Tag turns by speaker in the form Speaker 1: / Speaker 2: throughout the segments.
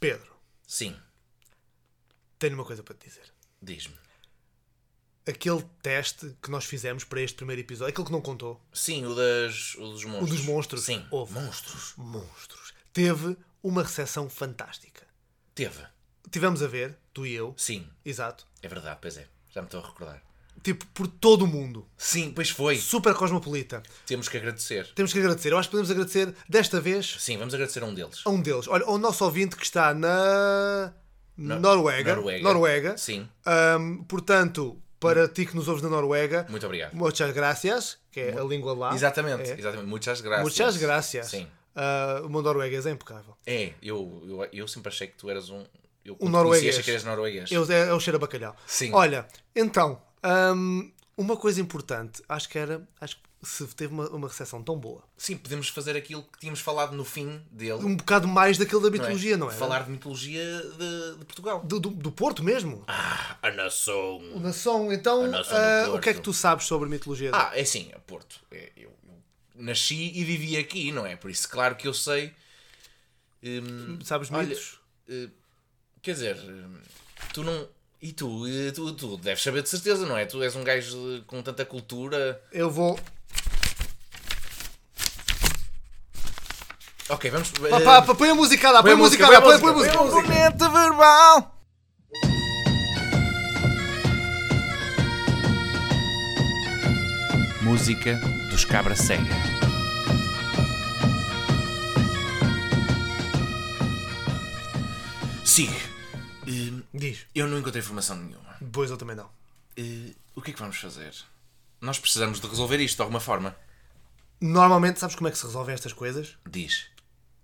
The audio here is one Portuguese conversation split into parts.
Speaker 1: Pedro,
Speaker 2: Sim,
Speaker 1: tenho uma coisa para te dizer.
Speaker 2: diz-me.
Speaker 1: Aquele teste que nós fizemos para este primeiro episódio, aquele que não contou,
Speaker 2: Sim, o, das, o dos monstros.
Speaker 1: o dos monstros,
Speaker 2: Sim,
Speaker 1: houve.
Speaker 2: monstros.
Speaker 1: monstros, teve uma recepção fantástica.
Speaker 2: Teve.
Speaker 1: Tivemos a ver, tu e eu,
Speaker 2: Sim,
Speaker 1: exato,
Speaker 2: é verdade, pois é. Já me estou a recordar.
Speaker 1: tipo, por todo o mundo,
Speaker 2: Sim, pois foi.
Speaker 1: super cosmopolita.
Speaker 2: Temos que agradecer.
Speaker 1: Temos que agradecer, eu acho que podemos agradecer desta vez
Speaker 2: Sim, vamos agradecer a um deles.
Speaker 1: a um deles. Olha, ao nosso ouvinte que está na Noruega,
Speaker 2: Noruega.
Speaker 1: Noruega.
Speaker 2: Sim,
Speaker 1: Ahm, portanto, para ti que nos ouves na Noruega,
Speaker 2: muito obrigado.
Speaker 1: muchas gracias, que é a língua lá.
Speaker 2: Exatamente,
Speaker 1: É.
Speaker 2: exatamente. Muitas graças.
Speaker 1: Muchas gracias.
Speaker 2: Assim, Sim.
Speaker 1: Ah, o meu norueguês é impecável.
Speaker 2: É, eu, eu, eu sempre achei que tu eras um. Eu,
Speaker 1: Um
Speaker 2: um
Speaker 1: norueguês.
Speaker 2: achei que eras norueguês.
Speaker 1: Eu, é, é o cheiro a bacalhau.
Speaker 2: Sim.
Speaker 1: Olha, então, hum, uma coisa importante, acho que era, acho que se teve uma, uma recepção tão boa.
Speaker 2: Sim, podemos fazer aquilo que tínhamos falado no fim dele.
Speaker 1: Um bocado mais daquele da
Speaker 2: não é?
Speaker 1: mitologia, não é?
Speaker 2: Falar de mitologia de, de Portugal.
Speaker 1: Do, do, do Porto mesmo?
Speaker 2: Ah, a nação.
Speaker 1: O Nação, então,
Speaker 2: nação
Speaker 1: ah,
Speaker 2: do
Speaker 1: o que é que
Speaker 2: Porto.
Speaker 1: tu sabes sobre a mitologia?
Speaker 2: Ah, é assim, a Porto. É, Eu, eu nasci e vivi aqui, não é? Por isso, claro que eu sei. hum,
Speaker 1: sabes
Speaker 2: olha,
Speaker 1: mitos?
Speaker 2: quer dizer, hum, tu não. E tu, eh, tu, tu deves saber de certeza, não é? Tu és um gajo de- com tanta cultura.
Speaker 1: Eu vou.
Speaker 2: eh, Ok, vamos.
Speaker 1: Papá,
Speaker 2: eh,
Speaker 1: pá, põe a música lá, põe
Speaker 2: põe
Speaker 1: a
Speaker 2: a
Speaker 1: música lá,
Speaker 2: música, põe
Speaker 1: põe
Speaker 2: a
Speaker 1: põe a
Speaker 2: música,
Speaker 1: música.
Speaker 2: põe a música.
Speaker 1: Momento verbal!
Speaker 3: Música dos Cabra Cega.
Speaker 2: Sim. Hum,
Speaker 1: Diz.
Speaker 2: eu não encontrei informação nenhuma.
Speaker 1: Pois eu também não.
Speaker 2: Eh, o que é que vamos fazer? Nós precisamos de resolver isto de alguma forma.
Speaker 1: Normalmente, sabes como é que se resolvem estas coisas?
Speaker 2: Diz.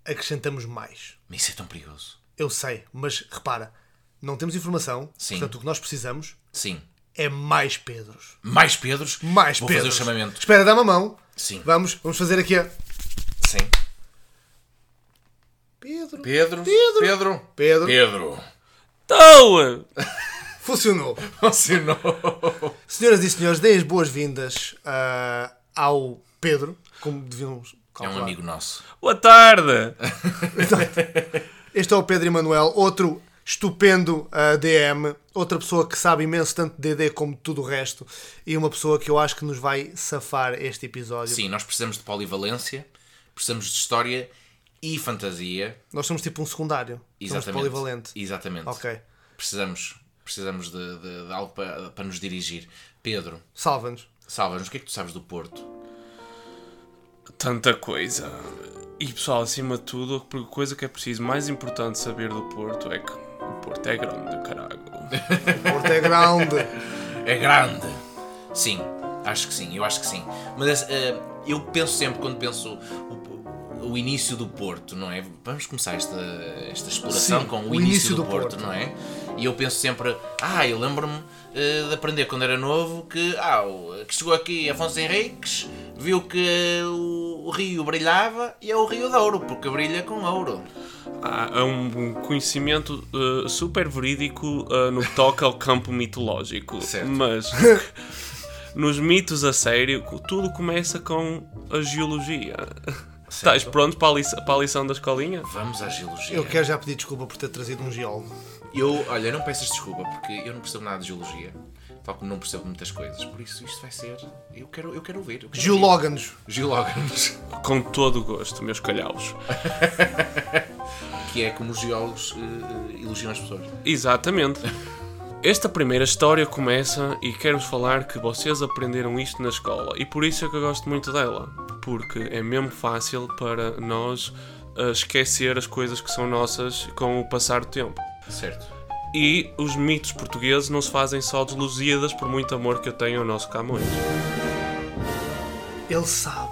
Speaker 1: Acrescentamos mais.
Speaker 2: Mas isso é tão perigoso.
Speaker 1: Eu sei, mas repara, não temos informação,
Speaker 2: Sim.
Speaker 1: portanto o que nós precisamos
Speaker 2: Sim.
Speaker 1: é mais Pedros.
Speaker 2: Mais Pedros?
Speaker 1: Mais
Speaker 2: Vou
Speaker 1: Pedros.
Speaker 2: fazer o chamamento.
Speaker 1: Espera, dá-me a mão.
Speaker 2: Sim.
Speaker 1: Vamos, vamos fazer aqui a.
Speaker 2: Sim.
Speaker 1: Pedro.
Speaker 2: Pedro.
Speaker 1: Pedro.
Speaker 2: Pedro.
Speaker 1: Pedro.
Speaker 2: Pedro.
Speaker 3: Toa!
Speaker 1: Funcionou.
Speaker 2: Funcionou.
Speaker 1: Senhoras e senhores, deem as boas-vindas ah, ao Pedro, como devíamos
Speaker 2: É
Speaker 1: calcular.
Speaker 2: um amigo nosso.
Speaker 3: Boa tarde!
Speaker 1: Este é o Pedro Emanuel, outro estupendo ah, DM, outra pessoa que sabe imenso tanto de DD como de tudo o resto e uma pessoa que eu acho que nos vai safar este episódio.
Speaker 2: Sim, nós precisamos de polivalência, precisamos de história e fantasia.
Speaker 1: Nós somos tipo um secundário,
Speaker 2: Exatamente.
Speaker 1: somos polivalente.
Speaker 2: Exatamente.
Speaker 1: Ok,
Speaker 2: Precisamos, precisamos de, de- de algo para, para nos dirigir. Pedro,
Speaker 1: salva-nos.
Speaker 2: salva-nos. O que é que tu sabes do Porto?
Speaker 3: Tanta coisa. E pessoal, acima de tudo, a pri- coisa que é preciso mais importante saber do Porto é que o Porto é grande do caralho.
Speaker 1: Porto é grande.
Speaker 2: É grande. Sim, acho que sim, eu acho que sim. Mas eh, eu penso sempre, quando penso o, o início do Porto, não é? Vamos começar esta, esta exploração
Speaker 1: Sim,
Speaker 2: com o, início, do, Porto,
Speaker 1: Porto.
Speaker 2: não é? E eu penso sempre, ah, eu lembro-me eh, de aprender quando era novo que, ah, o- que chegou aqui Afonso Henriques, viu que o, o rio brilhava e é o rio de ouro, porque brilha com ouro.
Speaker 3: Há há um conhecimento eh, super verídico eh, no que toca ao campo mitológico.
Speaker 2: Certo.
Speaker 3: Mas nos mitos a sério, tudo começa com a geologia. Estás pronto para a, lição, para a lição da escolinha?
Speaker 2: Vamos à geologia.
Speaker 1: Eu quero já pedir desculpa por ter trazido um geólogo.
Speaker 2: Eu, olha, não peças desculpa porque eu não percebo nada de geologia, tal como não percebo muitas coisas, por isso isto vai ser. Eu quero, eu quero ouvir. Eu quero
Speaker 1: Geológanos.
Speaker 2: ouvir. Geólogos.
Speaker 3: Com todo o gosto, meus calhaus.
Speaker 2: Que é como os geólogos eh, eh, elogiam as pessoas.
Speaker 3: Exatamente. Esta primeira história começa e quero-vos falar que vocês aprenderam isto na escola e por isso é que eu gosto muito dela, porque é mesmo fácil para nós ah, esquecer as coisas que são nossas com o passar do tempo.
Speaker 2: Certo.
Speaker 3: E os mitos portugueses não se fazem só de Lusíadas, por muito amor que eu tenho ao nosso Camões.
Speaker 1: Ele sabe.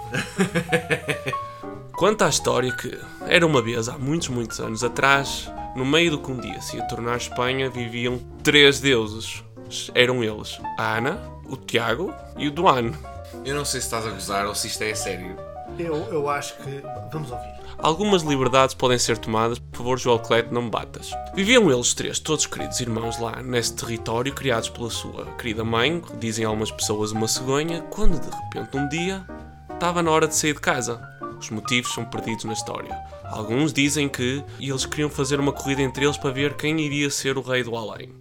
Speaker 3: Quanto à história que era uma vez, há muitos, muitos anos atrás, no meio do que um dia se ia tornar Espanha, viviam três deuses. Eram eles a Ana, o Tiago e o Duane.
Speaker 2: Eu não sei se estás a gozar ou se isto é a sério.
Speaker 1: Eu, eu acho que. Vamos ouvir.
Speaker 3: Algumas liberdades podem ser tomadas, por favor, João Cleto, não me batas. Viviam eles três, todos queridos irmãos, lá nesse território, criados pela sua querida mãe, dizem algumas pessoas uma cegonha, quando de repente um dia estava na hora de sair de casa. Os motivos são perdidos na história. Alguns dizem que eles queriam fazer uma corrida entre eles para ver quem iria ser o rei do além.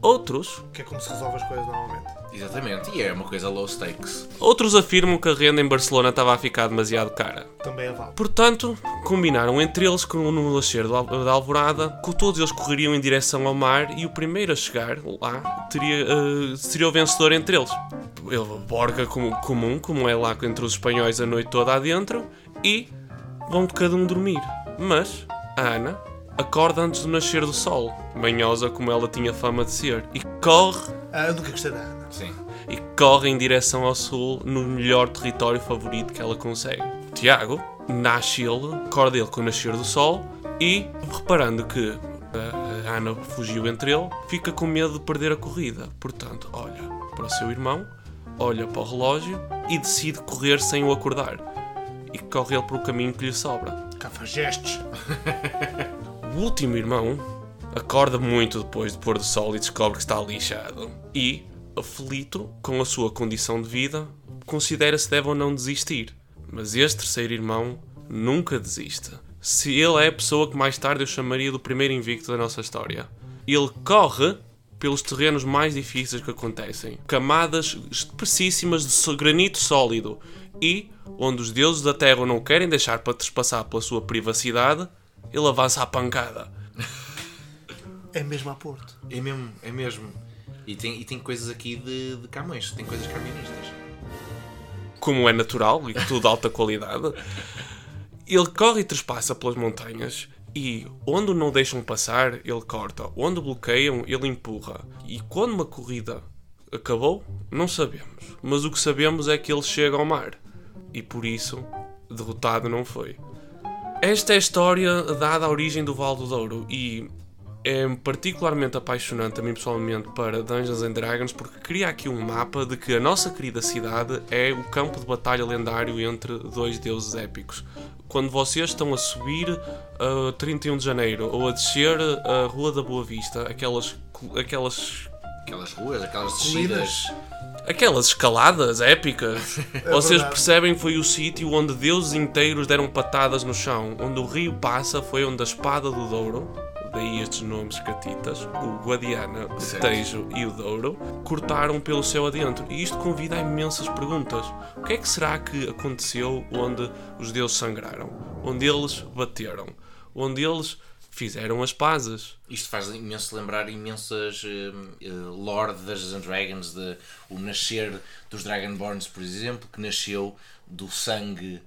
Speaker 3: Outros,
Speaker 1: Que é como se resolve as coisas normalmente.
Speaker 2: Exatamente, e é uma coisa low stakes.
Speaker 3: outros afirmam que a renda em Barcelona estava a ficar demasiado cara.
Speaker 1: Também é válido.
Speaker 3: Portanto, combinaram entre eles que no nascer do al- da alvorada, que todos eles correriam em direção ao mar e o primeiro a chegar lá teria, eh, seria o vencedor entre eles. Ele borga como, comum, como é lá entre os espanhóis a noite toda adentro, e vão de cada um dormir. Mas a Ana acorda antes do nascer do sol, manhosa como ela tinha fama de ser, e corre
Speaker 1: Ah, eu nunca gostei da Ana.
Speaker 2: Sim.
Speaker 3: e corre em direção ao sul no melhor território favorito que ela consegue. Tiago nasce ele, acorda ele com o nascer do sol e, reparando que eh, a a Ana fugiu entre ele, fica com medo de perder a corrida. Portanto, olha para o seu irmão, olha para o relógio e decide correr sem o acordar. E corre ele para o caminho que lhe sobra.
Speaker 1: Cafajestes.
Speaker 3: O último irmão acorda muito depois do pôr do sol e descobre que está lixado. E, aflito com a sua condição de vida, considera se deve ou não desistir. Mas este terceiro irmão nunca desiste. Se ele é a pessoa que mais tarde eu chamaria do primeiro invicto da nossa história. Ele corre pelos terrenos mais difíceis que acontecem. Camadas espessíssimas de so- granito sólido. E, onde os deuses da Terra não querem deixar para trespassar pela sua privacidade, ele avança à pancada.
Speaker 1: É mesmo a Porto.
Speaker 2: É mesmo, é mesmo. E tem, e tem coisas aqui de, de Camões, tem coisas camionistas.
Speaker 3: como é natural e tudo de alta qualidade, ele corre e trespassa pelas montanhas e onde o não deixam passar, ele corta. Onde o bloqueiam, ele empurra. E quando uma corrida acabou, não sabemos. Mas o que sabemos é que ele chega ao mar. E por isso, derrotado não foi. Esta é a história dada à origem do Val do Douro e é particularmente apaixonante a mim pessoalmente para Dungeons and Dragons porque cria aqui um mapa de que a nossa querida cidade é o campo de batalha lendário entre dois deuses épicos. Quando vocês estão a subir eh, a 31 de Janeiro ou a descer eh, a Rua da Boa Vista, aquelas aquelas
Speaker 2: Aquelas ruas, aquelas descidas.
Speaker 3: aquelas escaladas épicas. Vocês
Speaker 1: verdade.
Speaker 3: percebem que foi o sítio onde deuses inteiros deram patadas no chão, onde o rio passa foi onde a espada do Douro, daí estes nomes catitas, o Guadiana, o
Speaker 2: Certo.
Speaker 3: Tejo e o Douro, cortaram pelo céu adentro. E isto convida a imensas perguntas. O que é que será que aconteceu onde os deuses sangraram? Onde eles bateram? Onde eles fizeram as pazes?
Speaker 2: Isto faz imenso lembrar imensas hum, eh, lore de Dungeons and Dragons, de, o nascer dos Dragonborns, por exemplo, que nasceu do sangue.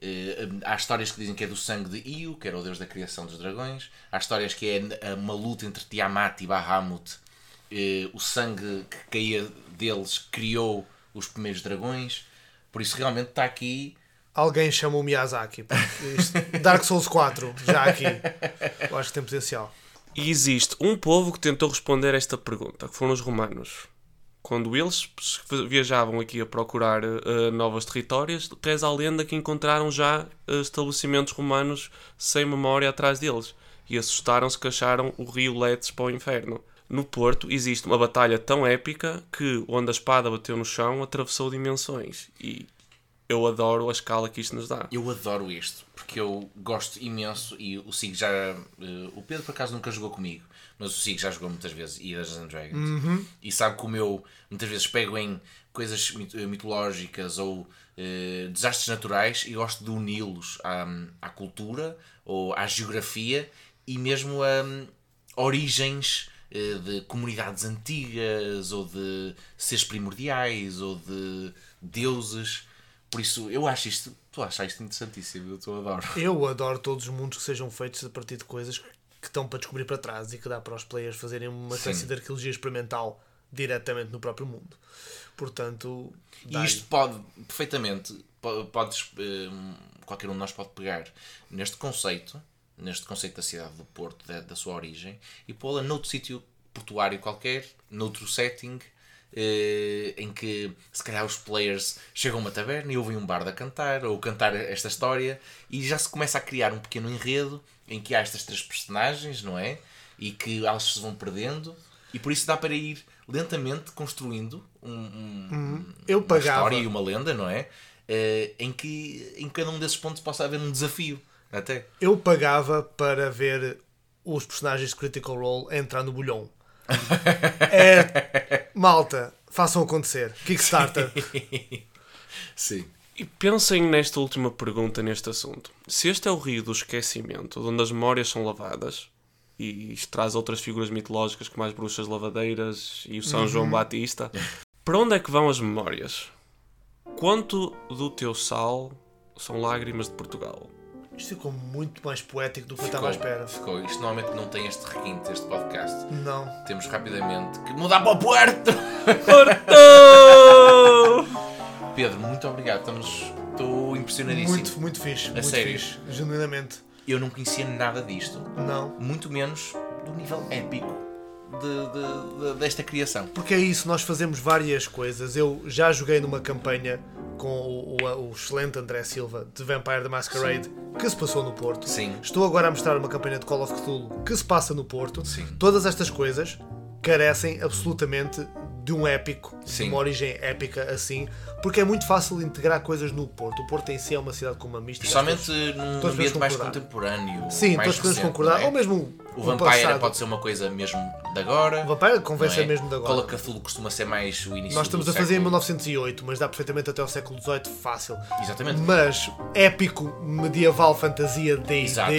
Speaker 2: eh, hum, há histórias que dizem que é do sangue de Io, que era o deus da criação dos dragões. Há histórias que é uma luta entre Tiamat e Bahamut. Eh, o sangue que caía deles criou os primeiros dragões. Por isso, realmente, está aqui.
Speaker 1: Alguém chama o Miyazaki. pá. Isto- Dark Souls 4, já aqui. Eu acho que tem potencial.
Speaker 3: E existe um povo que tentou responder a esta pergunta, que foram os romanos. Quando eles viajavam aqui a procurar eh, novas territórios, reza a lenda que encontraram já eh, estabelecimentos romanos sem memória atrás deles. E assustaram-se que acharam o rio Letes para o inferno. No Porto existe uma batalha tão épica que, onde a espada bateu no chão, atravessou dimensões. E eu adoro a escala que isto nos dá.
Speaker 2: Eu adoro isto, porque eu gosto imenso e o Sig já. eh, o Pedro por acaso nunca jogou comigo, mas o Sig já jogou muitas vezes e Dungeons and Dragons. E sabe como eu muitas vezes pego em coisas mit- eh, mitológicas ou eh, desastres naturais e gosto de uni-los à, à cultura ou à geografia e mesmo a hum, origens eh, de comunidades antigas ou de seres primordiais ou de deuses. Por isso, eu acho isto, tu achas isto interessantíssimo, eu te adoro.
Speaker 1: Eu adoro todos os mundos que sejam feitos a partir de coisas que estão para descobrir para trás e que dá para os players fazerem uma espécie de arqueologia experimental diretamente no próprio mundo. Portanto,
Speaker 2: E
Speaker 1: dá-lhe.
Speaker 2: isto pode, perfeitamente, po- podes, hum, qualquer um de nós pode pegar neste conceito, neste conceito da cidade do Porto, da, da sua origem, e pô-la noutro sítio portuário qualquer, noutro setting, eh, em que se calhar os players chegam a uma taberna e ouvem um bardo a cantar, ou cantar esta história, e já se começa a criar um pequeno enredo em que há estas três personagens, não é? E que elas se vão perdendo, e por isso dá para ir lentamente construindo um- um,
Speaker 1: eu
Speaker 2: uma
Speaker 1: pagava.
Speaker 2: história e uma lenda, não é? Eh, em que em cada um desses pontos possa haver um desafio. Até.
Speaker 1: Eu pagava para ver os personagens de Critical Role entrar no bolhão. É, malta, façam acontecer. Kickstarter.
Speaker 2: Sim.
Speaker 3: E pensem nesta última pergunta neste assunto. Se este é o rio do esquecimento, onde as memórias são lavadas, e isto traz outras figuras mitológicas como as bruxas lavadeiras e o São João Batista, para onde é que vão as memórias? Quanto do teu sal são lágrimas de Portugal?
Speaker 1: Isto ficou muito mais poético do que
Speaker 2: Ficou,
Speaker 1: eu estava à espera.
Speaker 2: ficou. Isto normalmente não tem este requinte, este podcast.
Speaker 1: Não.
Speaker 2: Temos rapidamente que mudar para o Puerto!
Speaker 3: Porto!
Speaker 2: Pedro, muito obrigado. Estamos. Estou impressionadíssimo.
Speaker 1: Muito, muito fixe. muito
Speaker 2: sério?
Speaker 1: fixe. Genuinamente.
Speaker 2: Eu não conhecia nada disto.
Speaker 1: Não.
Speaker 2: Muito menos do nível épico de- de- de- desta criação.
Speaker 1: Porque é isso, nós fazemos várias coisas. Eu já joguei numa campanha com o, o- o excelente André Silva de Vampire the Masquerade, que se passou no Porto.
Speaker 2: Sim.
Speaker 1: Estou agora a mostrar uma campanha de Call of Cthulhu que se passa no Porto.
Speaker 2: Sim.
Speaker 1: Todas estas coisas carecem absolutamente de um épico,
Speaker 2: Sim.
Speaker 1: de uma origem épica assim, porque é muito fácil integrar coisas no Porto. O Porto em si é uma cidade com uma mística.
Speaker 2: Especialmente num
Speaker 1: todos podemos
Speaker 2: ambiente mais
Speaker 1: concordar.
Speaker 2: contemporâneo.
Speaker 1: Sim,
Speaker 2: mais
Speaker 1: todos podemos
Speaker 2: recente,
Speaker 1: concordar.
Speaker 2: não é?
Speaker 1: Ou mesmo
Speaker 2: O
Speaker 1: um
Speaker 2: Vampire
Speaker 1: passado.
Speaker 2: pode ser uma coisa mesmo de agora.
Speaker 1: O Vampire convence
Speaker 2: não é?
Speaker 1: mesmo de agora.
Speaker 2: Call of Cthulhu costuma ser mais o início
Speaker 1: Nós estamos
Speaker 2: é do
Speaker 1: a fazer em
Speaker 2: século.
Speaker 1: 1908, mas dá perfeitamente até ao século XVIII fácil.
Speaker 2: Exatamente.
Speaker 1: Mas épico medieval fantasia D&D
Speaker 2: Exato.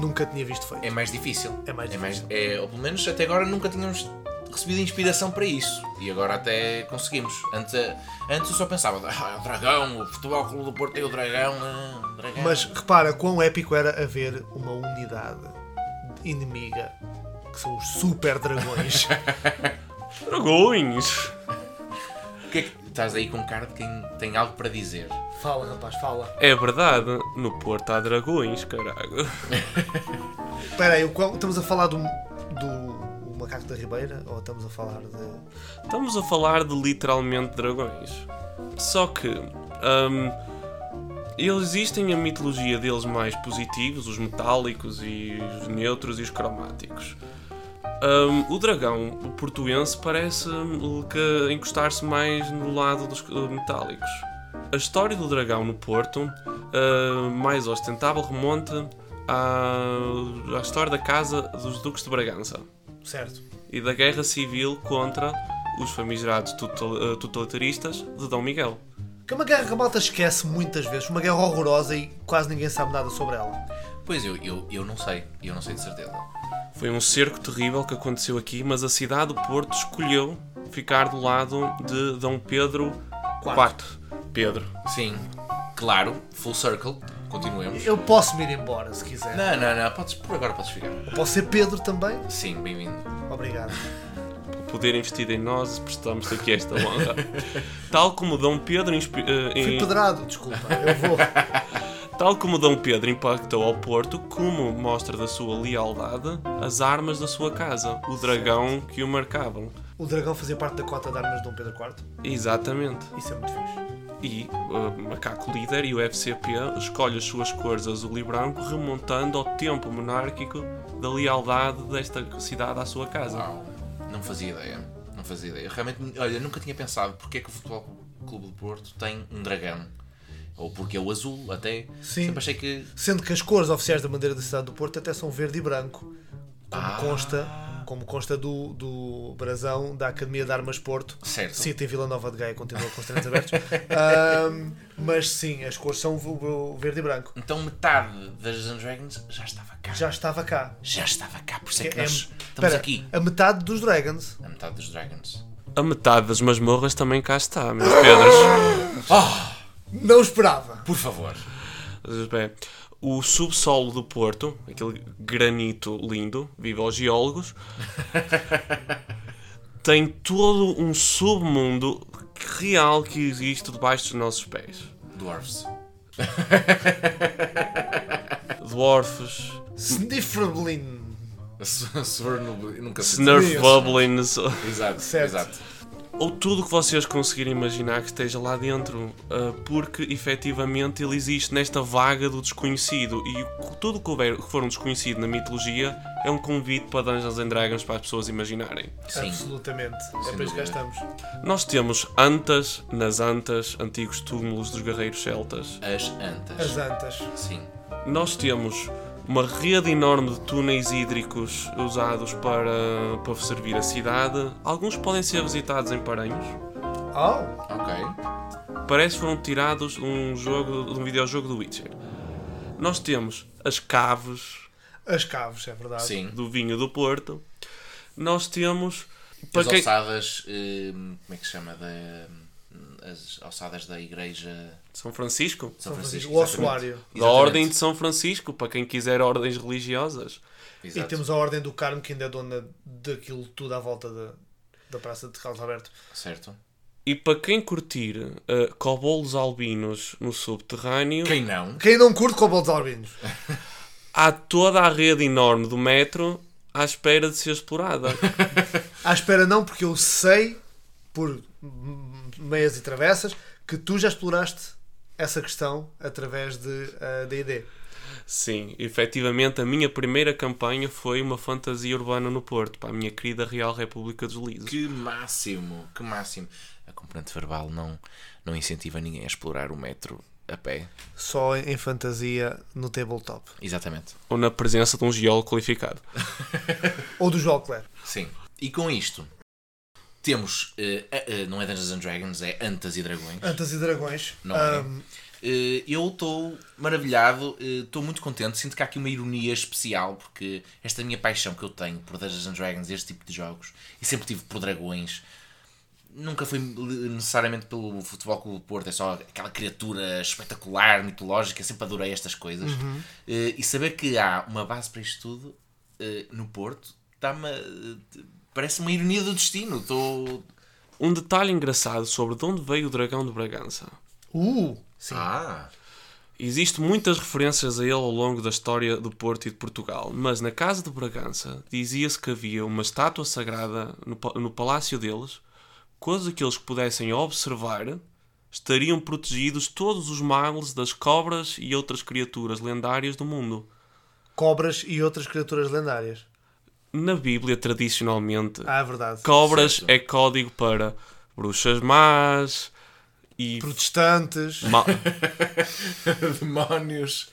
Speaker 1: nunca tinha visto feito.
Speaker 2: É mais difícil.
Speaker 1: É mais difícil.
Speaker 2: é, ou pelo menos até agora nunca tínhamos recebido inspiração para isso. E agora até conseguimos. Antes, eh, antes eu só pensava, ah, o dragão, o futebol clube do Porto tem o dragão, ah, dragão.
Speaker 1: Mas repara quão épico era haver uma unidade inimiga que são os super dragões.
Speaker 3: Dragões!
Speaker 2: O que é que estás aí com cara de quem tem algo para dizer?
Speaker 1: fala, rapaz, fala.
Speaker 3: É verdade, no Porto há dragões, caralho.
Speaker 1: Espera aí, o qual- estamos a falar do, do o macaco da Ribeira ou estamos a falar de
Speaker 3: Estamos a falar de literalmente dragões. Só que. hum, eles existem a mitologia deles mais positivos, os metálicos e os neutros e os cromáticos. Hum, o dragão o portuense parece hum, que encostar-se mais no lado dos eh, metálicos. A história do dragão no Porto, eh, mais ostentável, remonta à- à história da casa dos Duques de Bragança
Speaker 1: certo?
Speaker 3: e da guerra civil contra os famigerados tutel- eh, totalitaristas de Dom Miguel.
Speaker 1: Que é uma guerra que a malta esquece muitas vezes, uma guerra horrorosa e quase ninguém sabe nada sobre ela.
Speaker 2: Pois eu, eu, eu não sei, eu não sei de certeza.
Speaker 3: Foi um cerco terrível que aconteceu aqui, mas a cidade do Porto escolheu ficar do lado de Dom Pedro
Speaker 1: Quarto.
Speaker 3: IV. Pedro.
Speaker 2: Sim, claro, full circle, continuemos.
Speaker 1: Eu posso me ir embora se quiser.
Speaker 2: Não, não, não, podes, por agora podes ficar.
Speaker 1: Posso ser Pedro também?
Speaker 2: Sim, bem-vindo.
Speaker 1: Obrigado.
Speaker 3: Por poder investir em nós, prestamos aqui esta honra. Tal como Dom Pedro inspi- eh,
Speaker 1: Fui
Speaker 3: em-
Speaker 1: pedrado, desculpa. Eu vou.
Speaker 3: Tal como Dom Pedro impactou ao Porto, como mostra da sua lealdade, as armas da sua casa, o dragão que o marcavam.
Speaker 1: O dragão fazia parte da cota de armas de Dom Pedro IV.
Speaker 3: Exatamente.
Speaker 1: Isso é muito fixe.
Speaker 3: E uh, Macaco Líder e o FCP escolhe as suas cores azul e branco remontando ao tempo monárquico da lealdade desta cidade à sua casa.
Speaker 2: Uau, não fazia ideia. Não fazia ideia. Realmente, olha, nunca tinha pensado porque é que o Futebol Clube do Porto tem um dragão. Ou porque é o azul, até.
Speaker 1: Sim.
Speaker 2: Sempre achei que.
Speaker 1: Sendo que as cores oficiais da bandeira da cidade do Porto até são verde e branco. Como
Speaker 2: Ah.
Speaker 1: consta, como consta do, do brasão da Academia de Armas Porto.
Speaker 2: Certo.
Speaker 1: Cita em Vila Nova de Gaia, continua com os treinos abertos. Ahm, mas sim, as cores são v- verde e branco.
Speaker 2: Então metade das Dungeons and Dragons já estava cá. Já,
Speaker 1: Já estava cá.
Speaker 2: estava cá, por isso é que
Speaker 1: É-
Speaker 2: nós estamos
Speaker 1: espera,
Speaker 2: aqui.
Speaker 1: A metade dos Dragons.
Speaker 2: A metade dos Dragons.
Speaker 3: A metade das masmorras também cá está, meus pedras.
Speaker 1: Não esperava.
Speaker 2: Por favor.
Speaker 3: Bem, o subsolo do Porto, aquele granito lindo, viva aos geólogos, tem todo um submundo real que existe debaixo dos nossos pés.
Speaker 2: Dwarfs.
Speaker 3: Dwarfs,
Speaker 1: Snifferblin.
Speaker 2: Svernoble. Nunca sei.
Speaker 3: Nerf
Speaker 1: Sim.
Speaker 3: Bubblings,
Speaker 2: Exato,
Speaker 1: Certo.
Speaker 2: exato.
Speaker 3: ou tudo o que vocês conseguirem imaginar que esteja lá dentro, ah, porque efetivamente ele existe nesta vaga do desconhecido e o- tudo o que houver que for um desconhecido na mitologia é um convite para Dungeons and Dragons para as pessoas imaginarem.
Speaker 2: Sim.
Speaker 1: Absolutamente. é para isso que
Speaker 2: dúvida.
Speaker 1: cá estamos.
Speaker 3: Nós temos antas nas antas, antigos túmulos dos guerreiros celtas.
Speaker 2: As antas.
Speaker 1: As antas.
Speaker 2: Sim.
Speaker 3: nós temos uma rede enorme de túneis hídricos usados para, para servir a cidade. Alguns podem ser visitados em Paranhos.
Speaker 1: Oh,
Speaker 2: Ok.
Speaker 3: Parece que foram tirados de um jogo, de um videojogo do Witcher. Nós temos as caves
Speaker 1: as caves, é verdade.
Speaker 2: Sim.
Speaker 3: do vinho do Porto. Nós temos
Speaker 2: As
Speaker 3: para quem-
Speaker 2: alçadas. hum, como é que se chama? Da, as alçadas da igreja
Speaker 3: São Francisco,
Speaker 2: de São
Speaker 1: São Francisco,
Speaker 2: Francisco.
Speaker 1: o
Speaker 2: exatamente.
Speaker 1: ossuário.
Speaker 3: da Ordem de São Francisco, para quem quiser ordens religiosas.
Speaker 1: E
Speaker 2: Exato.
Speaker 1: temos a Ordem do Carmo, que ainda é dona daquilo tudo à volta da, da Praça de Carlos Alberto.
Speaker 2: Certo.
Speaker 3: E para quem curtir uh, cobolos albinos no subterrâneo,
Speaker 2: Quem não?
Speaker 1: Quem não curte Coboldos Albinos?
Speaker 3: há toda a rede enorme do metro à espera de ser explorada.
Speaker 1: À espera não, porque eu sei, por hum, meias e travessas, que tu já exploraste essa questão através de ah, D&D.
Speaker 3: Sim, efetivamente a minha primeira campanha foi uma fantasia urbana no Porto, para a minha querida Real República dos Lisos.
Speaker 2: Que máximo, que máximo. A componente verbal não, não incentiva ninguém a explorar o metro a pé.
Speaker 1: Só em fantasia no tabletop.
Speaker 2: Exatamente.
Speaker 3: Ou na presença de um geólogo qualificado.
Speaker 1: Ou do João Claire.
Speaker 2: Sim. E com isto, temos. eh, eh, não é Dungeons and Dragons, é Antas e Dragões.
Speaker 1: Antas e Dragões.
Speaker 2: Não é?
Speaker 1: Ahm,
Speaker 2: Eh, eu estou maravilhado, eh, estou muito contente. Sinto que há aqui uma ironia especial, porque esta é minha paixão que eu tenho por Dungeons and Dragons, este tipo de jogos, e sempre tive por dragões, nunca foi li- necessariamente pelo Futebol Clube do Porto, é só aquela criatura espetacular, mitológica, sempre adorei estas coisas. Eh, e saber que há uma base para isto tudo eh, no Porto, dá-me. eh, parece uma ironia do destino. Estou.
Speaker 3: Um detalhe engraçado sobre de onde veio o Dragão de Bragança.
Speaker 1: uh,
Speaker 2: Ah!
Speaker 3: Existem muitas referências a ele ao longo da história do Porto e de Portugal, mas na Casa de Bragança dizia-se que havia uma estátua sagrada no, pa- no palácio deles, coisa que eles que pudessem observar estariam protegidos todos os males das cobras e outras criaturas lendárias do mundo.
Speaker 1: cobras e outras criaturas lendárias.
Speaker 3: Na Bíblia, tradicionalmente,
Speaker 1: Ah, é verdade.
Speaker 3: cobras
Speaker 2: Certo.
Speaker 3: é código para bruxas más e
Speaker 1: Protestantes,
Speaker 3: ma-
Speaker 2: Demónios!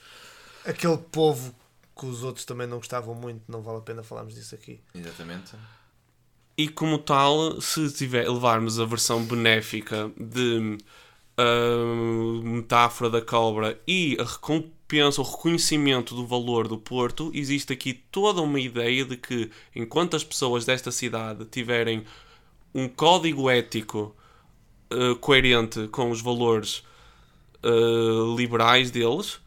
Speaker 1: aquele povo que os outros também não gostavam muito, não vale a pena falarmos disso aqui.
Speaker 2: Exatamente.
Speaker 3: E como tal, se tiver, levarmos a versão benéfica de ah, metáfora da cobra e a recompensa, o reconhecimento do valor do Porto, existe aqui toda uma ideia de que enquanto as pessoas desta cidade tiverem um código ético ah, coerente com os valores ah, liberais deles,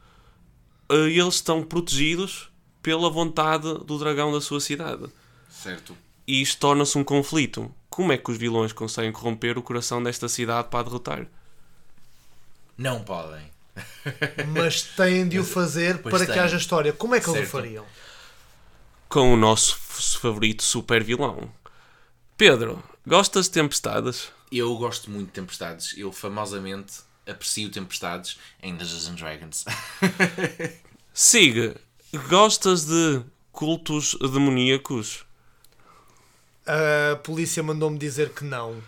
Speaker 3: ah, eles estão protegidos pela vontade do dragão da sua cidade
Speaker 2: Certo.
Speaker 3: e isto torna-se um conflito. Como é que os vilões conseguem corromper o coração desta cidade para a derrotar?
Speaker 2: Não podem.
Speaker 1: Mas têm de o fazer
Speaker 2: Pois
Speaker 1: para que
Speaker 2: têm.
Speaker 1: haja história. Como é que eles o
Speaker 2: Certo.
Speaker 1: fariam?
Speaker 3: Com o nosso f- favorito super vilão. Pedro, gostas de tempestades?
Speaker 2: Eu gosto muito de tempestades. Eu famosamente aprecio tempestades em Dungeons and Dragons.
Speaker 3: Siga, gostas de cultos demoníacos?
Speaker 1: A polícia mandou-me dizer que não.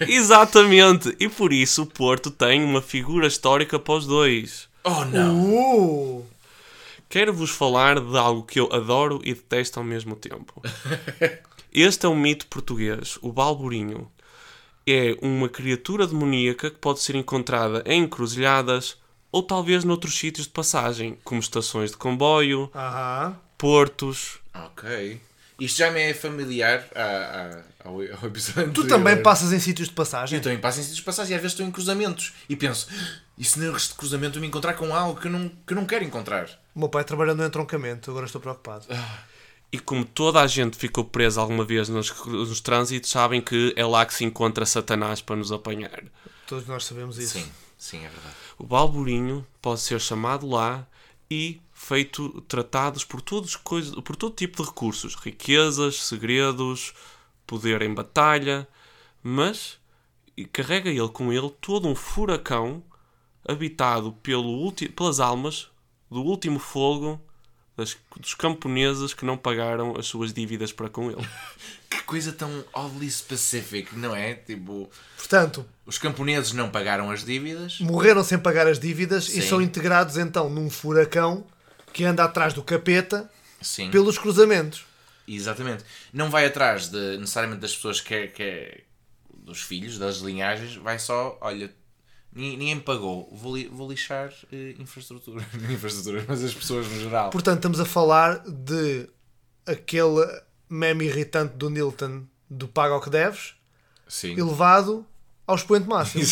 Speaker 3: Exatamente, e por isso o Porto tem uma figura histórica para os dois.
Speaker 2: Oh não!
Speaker 1: Uh,
Speaker 3: Quero-vos falar de algo que eu adoro e detesto ao mesmo tempo. Este é um mito português, o balburinho. É uma criatura demoníaca que pode ser encontrada em encruzilhadas ou talvez noutros sítios de passagem, como estações de comboio,
Speaker 1: aham.
Speaker 3: portos.
Speaker 2: Ok. Isto já me é familiar à- à- ao, ao episódio.
Speaker 1: Tu
Speaker 2: anterior.
Speaker 1: também passas em sítios de passagem?
Speaker 2: Eu também passo em sítios de passagem e às vezes estou em cruzamentos e penso: "Ah, e se neste cruzamento eu me encontrar com algo que eu não, que eu não quero encontrar?
Speaker 1: O meu pai trabalha no entroncamento, agora estou preocupado.
Speaker 2: Ah.
Speaker 3: E como toda a gente ficou presa alguma vez nos, cru- nos trânsitos, sabem que é lá que se encontra Satanás para nos apanhar.
Speaker 1: Todos nós sabemos isso.
Speaker 2: Sim, sim, é verdade.
Speaker 3: O balburinho pode ser chamado lá e feito tratados por todos coisas, por todo tipo de recursos, riquezas, segredos, poder em batalha, mas e carrega ele com ele todo um furacão habitado pelo ulti- pelas almas do último fogo das- dos camponeses que não pagaram as suas dívidas para com ele.
Speaker 2: Que coisa tão oddly specific, não é? Tipo,
Speaker 1: Portanto,
Speaker 2: os camponeses não pagaram as dívidas.
Speaker 1: morreram sem pagar as dívidas e
Speaker 2: Sim.
Speaker 1: são integrados então num furacão que anda atrás do capeta
Speaker 2: Sim.
Speaker 1: pelos cruzamentos.
Speaker 2: Exatamente. Não vai atrás de, necessariamente das pessoas que é, que é- dos filhos, das linhagens, vai só, olha, ni- ninguém me pagou, vou, li- vou lixar eh, infraestrutura. infraestruturas, mas as pessoas no geral.
Speaker 1: Portanto, estamos a falar de aquele meme irritante do Nilton do Paga o que deves,
Speaker 2: Sim.
Speaker 1: elevado ao expoente máximo.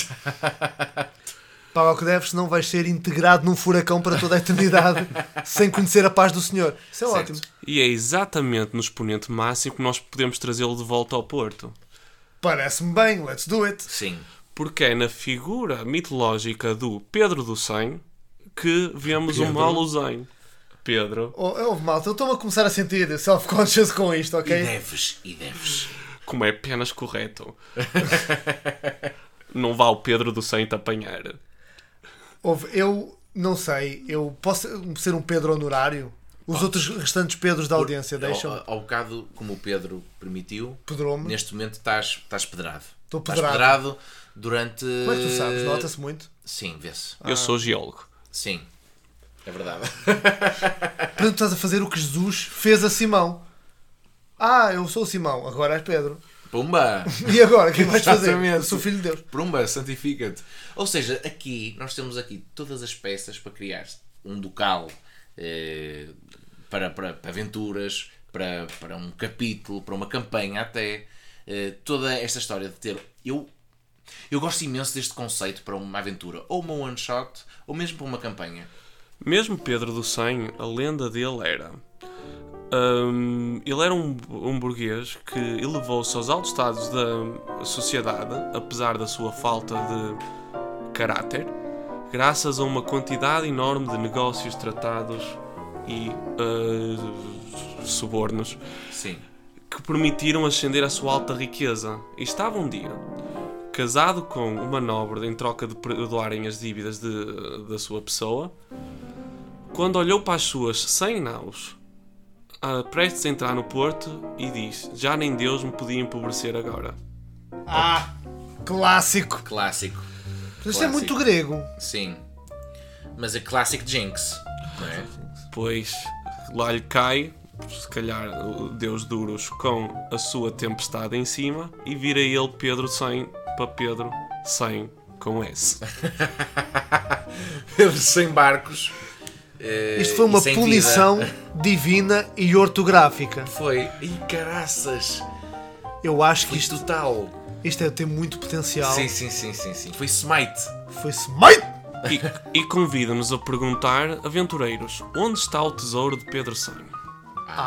Speaker 1: Paga o que deves, senão vais ser integrado num furacão para toda a eternidade sem conhecer a paz do Senhor. Isso é
Speaker 2: Certo.
Speaker 1: ótimo.
Speaker 3: E é exatamente no exponente máximo que nós podemos trazê-lo de volta ao Porto.
Speaker 1: Parece-me bem, let's do it.
Speaker 2: Sim.
Speaker 3: Porque é na figura mitológica do Pedro do Sem que vemos
Speaker 2: Pedro?
Speaker 3: uma alusão. Pedro,
Speaker 1: Oh, oh, malta, eu estou-me a começar a sentir self-conscious com isto,
Speaker 2: E
Speaker 1: ok?
Speaker 2: deves, e deves.
Speaker 3: como é apenas correto. Não vá o Pedro do Sem te apanhar.
Speaker 1: Ouve, eu não sei, eu posso ser um Pedro honorário? Os outros restantes Pedros da audiência
Speaker 2: Ao,
Speaker 1: deixam-me.
Speaker 2: ao, ao bocado, como o Pedro permitiu,
Speaker 1: Pedrou-me.
Speaker 2: neste momento estás, estás pedrado.
Speaker 1: Estou
Speaker 2: Estás
Speaker 1: pedrado.
Speaker 2: pedrado durante.
Speaker 1: Como é que tu sabes? Nota-se muito.
Speaker 2: Sim, vê-se.
Speaker 3: Eu sou geólogo.
Speaker 2: Sim. É verdade.
Speaker 1: Portanto, estás a fazer o que Jesus fez a Simão. Ah, eu sou o Simão, agora és Pedro.
Speaker 2: Pumba!
Speaker 1: E agora, o que é que vais fazer?
Speaker 2: Exatamente.
Speaker 1: Eu sou filho de Deus.
Speaker 2: Prumba, santifica-te. Ou seja, aqui nós temos aqui todas as peças para criar um ducal eh, para, para, para aventuras, para, para um capítulo, para uma campanha até. Eh, toda esta história de ter. Eu, eu gosto imenso deste conceito para uma aventura, ou uma one shot, ou mesmo para uma campanha.
Speaker 3: Mesmo Pedro do Sem, a lenda dele era. hum, ele era um, um burguês que elevou-se aos altos estados da sociedade, apesar da sua falta de caráter, graças a uma quantidade enorme de negócios tratados e ah, subornos
Speaker 2: Sim.
Speaker 3: que permitiram ascender à sua alta riqueza. E estava um dia, casado com uma nobre em troca de perdoarem as dívidas de- da sua pessoa, quando olhou para as suas 100 naus, ah, prestes a entrar no porto, e diz: Já nem Deus me podia empobrecer agora.
Speaker 1: Ah, clássico.
Speaker 2: Clássico.
Speaker 1: Isto é
Speaker 2: Clássico.
Speaker 1: muito grego.
Speaker 2: Sim. Mas é clássico Jinx. Não é?
Speaker 3: Pois lá lhe cai, se calhar, o Deus Duros com a sua tempestade em cima, e vira ele Pedro sem para Pedro sem com S.
Speaker 2: Pedro sem barcos. eh,
Speaker 1: Isto foi uma
Speaker 2: e sem vida.
Speaker 1: punição divina e ortográfica.
Speaker 2: Foi. E caraças!
Speaker 1: Eu acho que
Speaker 2: Foi
Speaker 1: isto,
Speaker 2: total.
Speaker 1: isto é, tem muito potencial.
Speaker 2: Sim, sim, sim, sim, sim. Foi smite.
Speaker 1: Foi-se. Mãe!
Speaker 3: E, e convida-nos a perguntar, aventureiros, onde está o tesouro de Pedro Sam?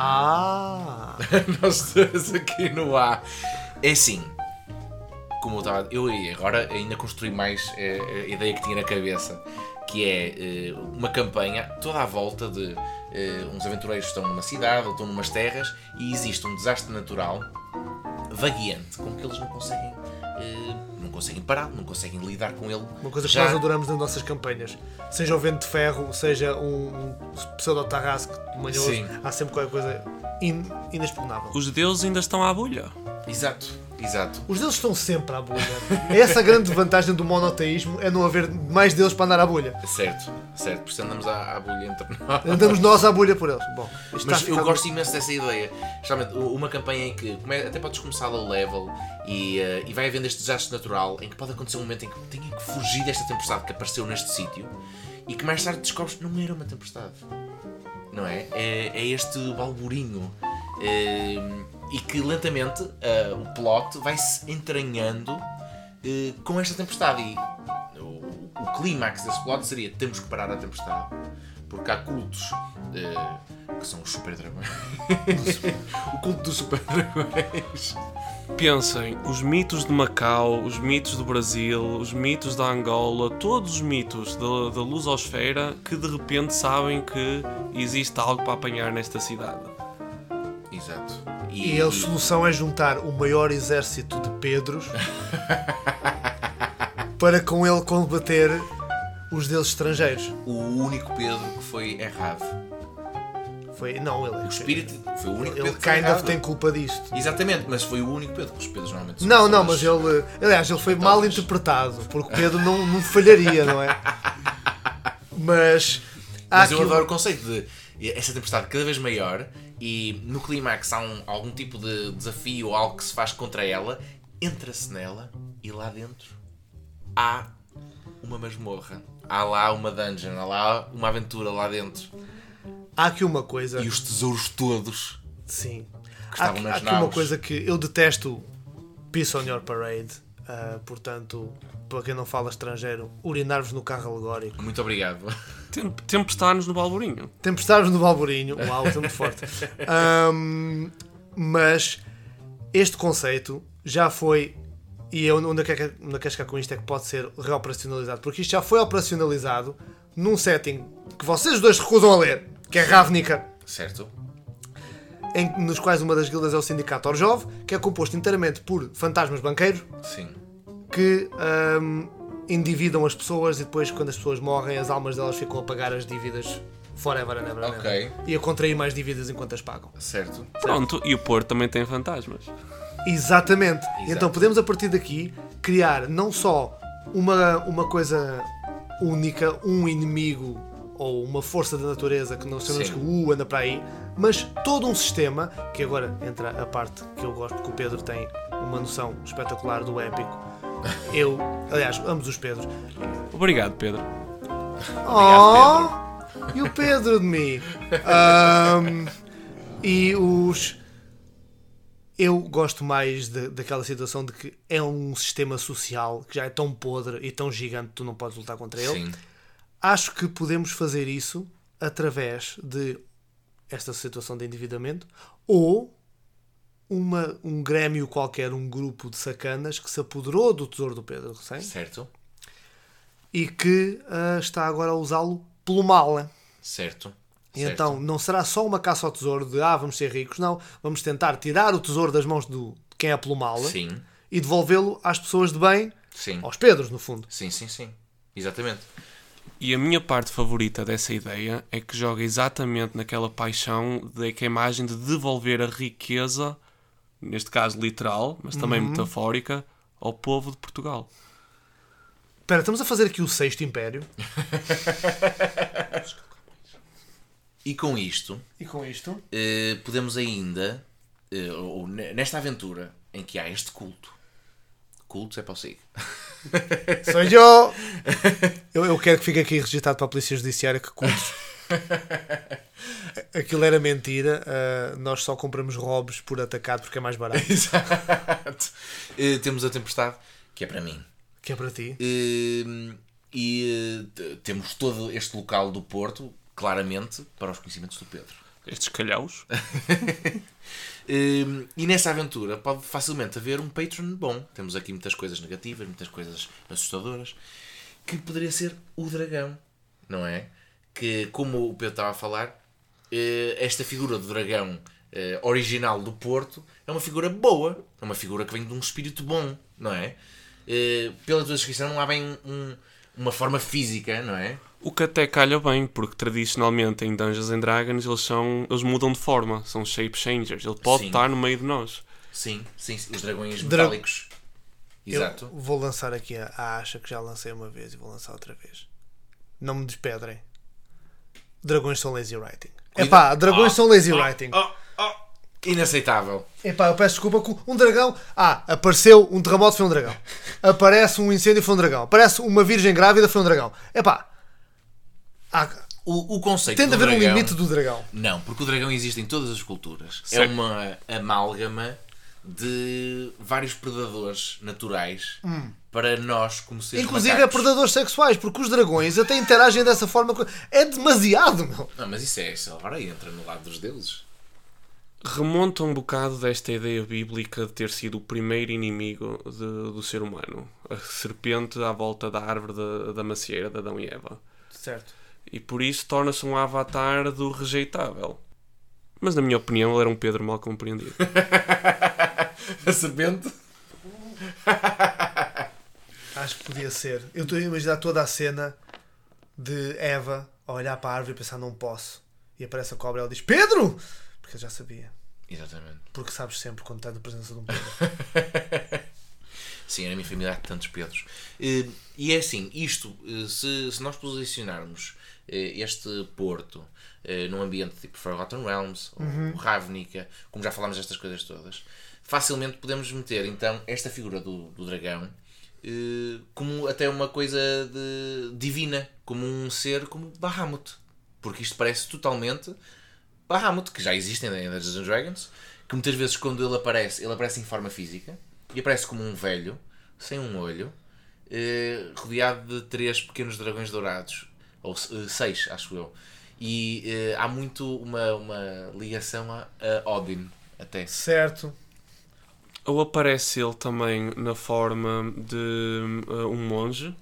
Speaker 1: Ah!
Speaker 2: Nós dois aqui no A. É assim. Como eu estava. Eu aí agora ainda construí mais eh, a ideia que tinha na cabeça. Que é eh, uma campanha toda à volta de. eh, uns aventureiros estão numa cidade ou estão numas terras e existe um desastre natural vagueante com que eles não conseguem. eh, não conseguem parar, não conseguem lidar com ele.
Speaker 1: Uma coisa que
Speaker 2: já.
Speaker 1: nós adoramos nas nossas campanhas. Seja o vento de ferro, seja um, um pseudo-tarrasque manhoso,
Speaker 2: Sim.
Speaker 1: há sempre qualquer coisa in- inexpugnável.
Speaker 3: Os deuses ainda estão à bolha.
Speaker 2: Exato, exato.
Speaker 1: Os deuses estão sempre à bolha. É essa a grande vantagem do monoteísmo, é não haver mais deuses para andar à bolha.
Speaker 2: Certo, certo, por isso andamos à, à bolha entre nós.
Speaker 1: Andamos nós à bolha por eles. Bom, isto está a
Speaker 2: Mas
Speaker 1: ficar
Speaker 2: eu
Speaker 1: muito-
Speaker 2: gosto imenso dessa ideia. Realmente, u- uma campanha em que come- até podes começar low level e, eh, e vai havendo este desastre natural em que pode acontecer um momento em que tenha que fugir desta tempestade que apareceu neste sítio e que mais tarde descobres que não era uma tempestade. Não é? É, é este balburinho. eh, e que lentamente eh, o plot vai se entranhando eh, com esta tempestade. E o, o clímax desse plot seria: temos que parar a tempestade. Porque há cultos eh, que são os super dragões. o culto dos super dragões.
Speaker 3: Pensem, os mitos de Macau, os mitos do Brasil, os mitos da Angola, todos os mitos da, da lusosfera que de repente sabem que existe algo para apanhar nesta cidade.
Speaker 2: Exato.
Speaker 1: E a solução é juntar o maior exército de Pedros para com ele combater os deuses estrangeiros.
Speaker 2: o único Pedro que foi errado.
Speaker 1: Foi, não, ele é.
Speaker 2: O espírito foi o único
Speaker 1: Ele
Speaker 2: Pedro que foi
Speaker 1: kind of
Speaker 2: errado.
Speaker 1: tem culpa disto.
Speaker 2: Exatamente, mas foi o único Pedro, porque os Pedros normalmente são
Speaker 1: Não, não,
Speaker 2: pessoas-
Speaker 1: mas ele. Aliás, ele foi mal interpretado, porque Pedro não, não falharia, não é? Mas. Há
Speaker 2: Mas
Speaker 1: aqui-
Speaker 2: eu um
Speaker 1: um,
Speaker 2: adoro o conceito de essa tempestade cada vez maior e no clímax há um- algum tipo de desafio ou algo que se faz contra ela, entra-se nela e lá dentro há uma masmorra. Há lá uma dungeon, há lá uma aventura lá dentro.
Speaker 1: Há aqui uma coisa.
Speaker 2: E os tesouros todos.
Speaker 1: Sim. Há,
Speaker 2: estavam
Speaker 1: aqui-
Speaker 2: nas
Speaker 1: há aqui uma
Speaker 2: naus.
Speaker 1: coisa que eu detesto: Piss on Your Parade. Ah, portanto, para quem não fala estrangeiro, urinar-vos no carro alegórico.
Speaker 2: Muito obrigado.
Speaker 3: Tem- Tempestades no Balburinho.
Speaker 1: Tempestades no Balborinho. Uau, isso é muito forte. Ahm, mas este conceito já foi. E eu onde eu quero, onde eu quero chegar com isto é que pode ser reoperacionalizado. Porque isto já foi operacionalizado num setting que vocês dois recusam a ler, que é Ravnica.
Speaker 2: Certo?
Speaker 1: em, nos quais uma das guildas é o Sindicato Orjov, que é composto inteiramente por fantasmas banqueiros
Speaker 2: Sim.
Speaker 1: que ahm, endividam as pessoas e depois, quando as pessoas morrem, as almas delas ficam a pagar as dívidas forever and ever and ever.
Speaker 2: Ok.
Speaker 1: E a contrair mais dívidas enquanto as pagam.
Speaker 2: Certo.
Speaker 3: Pronto, e o Porto também tem fantasmas.
Speaker 1: Exatamente. Então podemos a partir daqui criar não só uma, uma coisa única, um inimigo ou uma força da natureza que não sabemos
Speaker 2: Sim.
Speaker 1: que uh, anda para aí, mas todo um sistema que agora entra a parte que eu gosto, que o Pedro tem uma noção espetacular do épico. Eu, aliás, ambos os Pedros.
Speaker 3: Obrigado, Pedro.
Speaker 1: Oh, e o Pedro de mim. Ahm, e os. Eu gosto mais de- daquela situação de que é um sistema social que já é tão podre e tão gigante que tu não podes lutar contra ele.
Speaker 2: Sim.
Speaker 1: Acho que podemos fazer isso através de esta situação de endividamento ou uma, um grêmio qualquer, um grupo de sacanas que se apoderou do tesouro do Pedro Recém
Speaker 2: Certo.
Speaker 1: e que ah, está agora a usá-lo pelo mal. né?
Speaker 2: Certo.
Speaker 1: E
Speaker 2: Certo.
Speaker 1: então não será só uma caça ao tesouro de ah, vamos ser ricos, não. Vamos tentar tirar o tesouro das mãos do, de quem é pelo mal
Speaker 2: Sim.
Speaker 1: e devolvê-lo às pessoas de bem,
Speaker 2: Sim.
Speaker 1: aos Pedros, no fundo.
Speaker 2: Sim, sim, sim. Exatamente.
Speaker 3: E a minha parte favorita dessa ideia é que joga exatamente naquela paixão de que a imagem de devolver a riqueza, neste caso literal, mas também metafórica, ao povo de Portugal.
Speaker 1: Espera, estamos a fazer aqui o Sexto Império.
Speaker 2: E com isto,
Speaker 1: E com isto?
Speaker 2: eh, podemos ainda, eh, ou ne- nesta aventura em que há este culto, cultos é para o SIG.
Speaker 1: Sou eu! eu! eu quero que fique aqui registado para a Polícia Judiciária que cursos. Aquilo era mentira. ah, nós só compramos robes por atacado porque é mais barato.
Speaker 2: Exato. Eh, temos a tempestade, que é para mim.
Speaker 1: Que é para ti.
Speaker 2: Eh, e eh, t- temos todo este local do Porto, claramente, para os conhecimentos do Pedro.
Speaker 3: Estes calhaus.
Speaker 2: Hum, e nessa aventura pode facilmente haver um patron bom. Temos aqui muitas coisas negativas, muitas coisas assustadoras, que poderia ser o dragão, não é? Que, como o Pedro estava a falar, eh, esta figura do dragão eh, original do Porto é uma figura boa, é uma figura que vem de um espírito bom, não é? Eh, Pela tua descrição, não há bem um- um- uma forma física, não é?
Speaker 3: O que até calha bem, porque tradicionalmente em Dungeons and Dragons eles são. eles mudam de forma, são shape changers. Ele pode
Speaker 2: Sim.
Speaker 3: estar no meio de nós.
Speaker 2: Sim, sim, os dragões
Speaker 1: Dra-
Speaker 2: metálicos. Exato.
Speaker 1: Eu vou lançar aqui a, a acha que já lancei uma vez e vou lançar outra vez. Não me despedrem. Dragões são lazy writing. Epá, dragões são lazy writing.
Speaker 2: Oh, oh, inaceitável.
Speaker 1: Epá, eu peço desculpa. com Um dragão. Ah, apareceu um terremoto, foi um dragão. Aparece um incêndio, foi um dragão. Aparece uma virgem grávida, foi um dragão. Epá, há,
Speaker 2: O, o conceito
Speaker 1: tem de
Speaker 2: do
Speaker 1: haver um
Speaker 2: dragão-
Speaker 1: limite do dragão.
Speaker 2: Não, porque o dragão existe em todas as culturas. É
Speaker 3: Certo.
Speaker 2: uma amálgama de vários predadores naturais para nós, como seres
Speaker 1: Hum. Inclusive é a
Speaker 2: macacos.
Speaker 1: predadores sexuais, porque os dragões até interagem dessa forma. com- É demasiado, meu.
Speaker 2: Não, mas isso é, isso agora entra no lado dos deuses.
Speaker 3: Remonta um bocado desta ideia bíblica de ter sido o primeiro inimigo de- do ser humano. A serpente à volta da árvore da- da macieira de Adão e Eva.
Speaker 1: Certo.
Speaker 3: e por isso torna-se um avatar do rejeitável. Mas na minha opinião ele era um Pedro mal compreendido.
Speaker 2: A serpente?
Speaker 1: Acho que podia ser. Eu estou a imaginar toda a cena de Eva a olhar para a árvore e pensar não posso. E aparece a cobra e ela diz Pedro! Porque eu já sabia.
Speaker 2: Exatamente.
Speaker 1: Porque sabes sempre quando estás na presença de um Pedro.
Speaker 2: Sim, na minha família há tantos Pedros. Eh, E é assim, isto, eh, se, se nós posicionarmos eh, este Porto eh, num ambiente tipo Forgotten Realms, ou Ravnica, como já falámos destas coisas todas, facilmente podemos meter então esta figura do, do dragão eh, como até uma coisa de- divina, como um ser como Bahamut. Porque isto parece totalmente Bahamut, que já existem em Dungeons and Dragons, que muitas vezes quando ele aparece, ele aparece em forma física e aparece como um velho, sem um olho, eh, rodeado de três pequenos dragões dourados, ou se- eh, seis, acho eu. E eh, há muito uma, uma ligação a, a Odin, até.
Speaker 1: Certo.
Speaker 3: Ou aparece ele também na forma de eh, um monge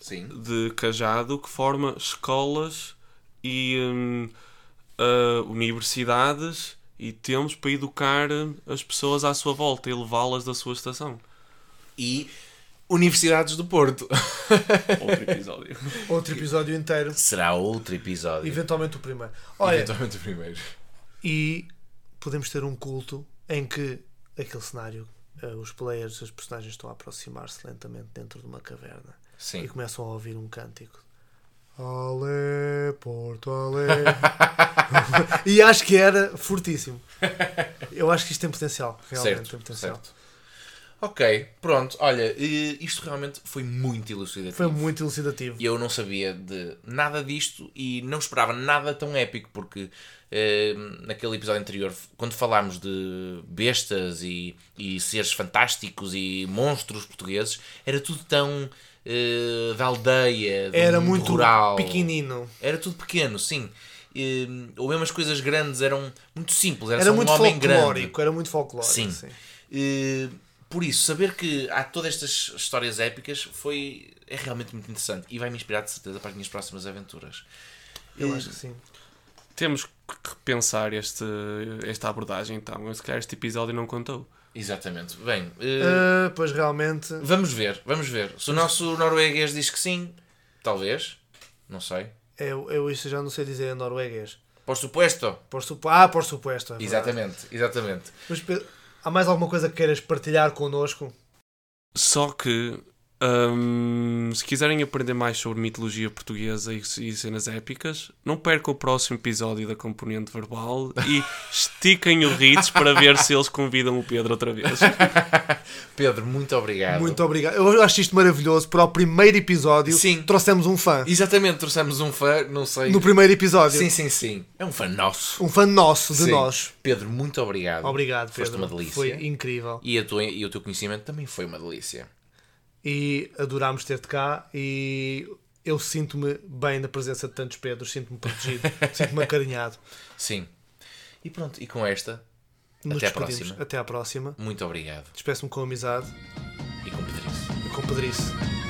Speaker 2: Sim.
Speaker 3: de cajado que forma escolas e hum, ah, universidades e templos para educar as pessoas à sua volta e levá-las da sua estação.
Speaker 2: E Universidades do Porto.
Speaker 3: Outro episódio.
Speaker 1: Outro episódio inteiro.
Speaker 2: Será outro episódio.
Speaker 1: Eventualmente o primeiro. Olha,
Speaker 2: Eventualmente o primeiro.
Speaker 1: e podemos ter um culto em que aquele cenário, eh, os players, os personagens estão a aproximar-se lentamente dentro de uma caverna e
Speaker 2: Sim.
Speaker 1: começam a ouvir um cântico. Ale, Porto Ale. e acho que era fortíssimo. Eu acho que isto tem potencial. Realmente tem
Speaker 2: Certo,
Speaker 1: potencial.
Speaker 2: certo. Ok, pronto. Olha, eh, isto realmente foi muito elucidativo.
Speaker 1: Foi muito elucidativo.
Speaker 2: E eu não sabia de nada disto e não esperava nada tão épico, porque eh, naquele episódio anterior, quando falámos de bestas e, e seres fantásticos e monstros portugueses, era tudo tão eh, da aldeia, do
Speaker 1: Era
Speaker 2: mundo
Speaker 1: muito
Speaker 2: um rural.
Speaker 1: pequenino.
Speaker 2: Era tudo pequeno, sim. Eh, ou mesmo as coisas grandes eram muito simples, era,
Speaker 1: Era
Speaker 2: só
Speaker 1: muito
Speaker 2: um homem grande.
Speaker 1: folclórico. Era muito folclórico.
Speaker 2: Sim.
Speaker 1: sim.
Speaker 2: Eh, por isso, saber que há todas estas histórias épicas foi é realmente muito interessante e vai me inspirar de certeza para as minhas próximas aventuras.
Speaker 1: Eu acho que sim.
Speaker 3: Temos que repensar este, esta abordagem, então. Se calhar este episódio não contou.
Speaker 2: Exatamente. Bem, eh,
Speaker 1: Ah, pois realmente.
Speaker 2: vamos ver, vamos ver. Se o nosso norueguês diz que sim, talvez, não sei.
Speaker 1: Eu, eu isso já não sei dizer em norueguês.
Speaker 2: Por supuesto.
Speaker 1: Por supo... Ah, por supuesto. é verdade.
Speaker 2: Exatamente, exatamente.
Speaker 1: Mas, Pedro, há mais alguma coisa que queiras partilhar connosco?
Speaker 3: Só que, hum, se quiserem aprender mais sobre mitologia portuguesa e, e cenas épicas, não percam o próximo episódio da componente verbal e estiquem o Ritz para ver se eles convidam o Pedro outra vez.
Speaker 2: Pedro, muito obrigado.
Speaker 1: Muito obrigado. Eu acho isto maravilhoso. Para o primeiro episódio,
Speaker 2: Sim.
Speaker 1: trouxemos um fã.
Speaker 2: Exatamente, trouxemos um fã, não sei.
Speaker 1: No primeiro episódio.
Speaker 2: Sim, sim, sim. É um fã nosso.
Speaker 1: Um fã nosso, de
Speaker 2: Sim.
Speaker 1: nós.
Speaker 2: Pedro, muito obrigado.
Speaker 1: Obrigado, Pedro.
Speaker 2: Foste uma delícia.
Speaker 1: Foi incrível.
Speaker 2: E, a tua, e o teu conhecimento também foi uma delícia.
Speaker 1: E adorámos ter-te cá. E eu sinto-me bem na presença de tantos Pedros. Sinto-me protegido. sinto-me acarinhado.
Speaker 2: Sim. E pronto, e com esta,
Speaker 1: Nos
Speaker 2: Até à
Speaker 1: despedimos.
Speaker 2: próxima.
Speaker 1: Até à próxima.
Speaker 2: muito obrigado.
Speaker 1: Despeço-me com amizade
Speaker 2: E com Pedrice.
Speaker 1: e com Pedrice.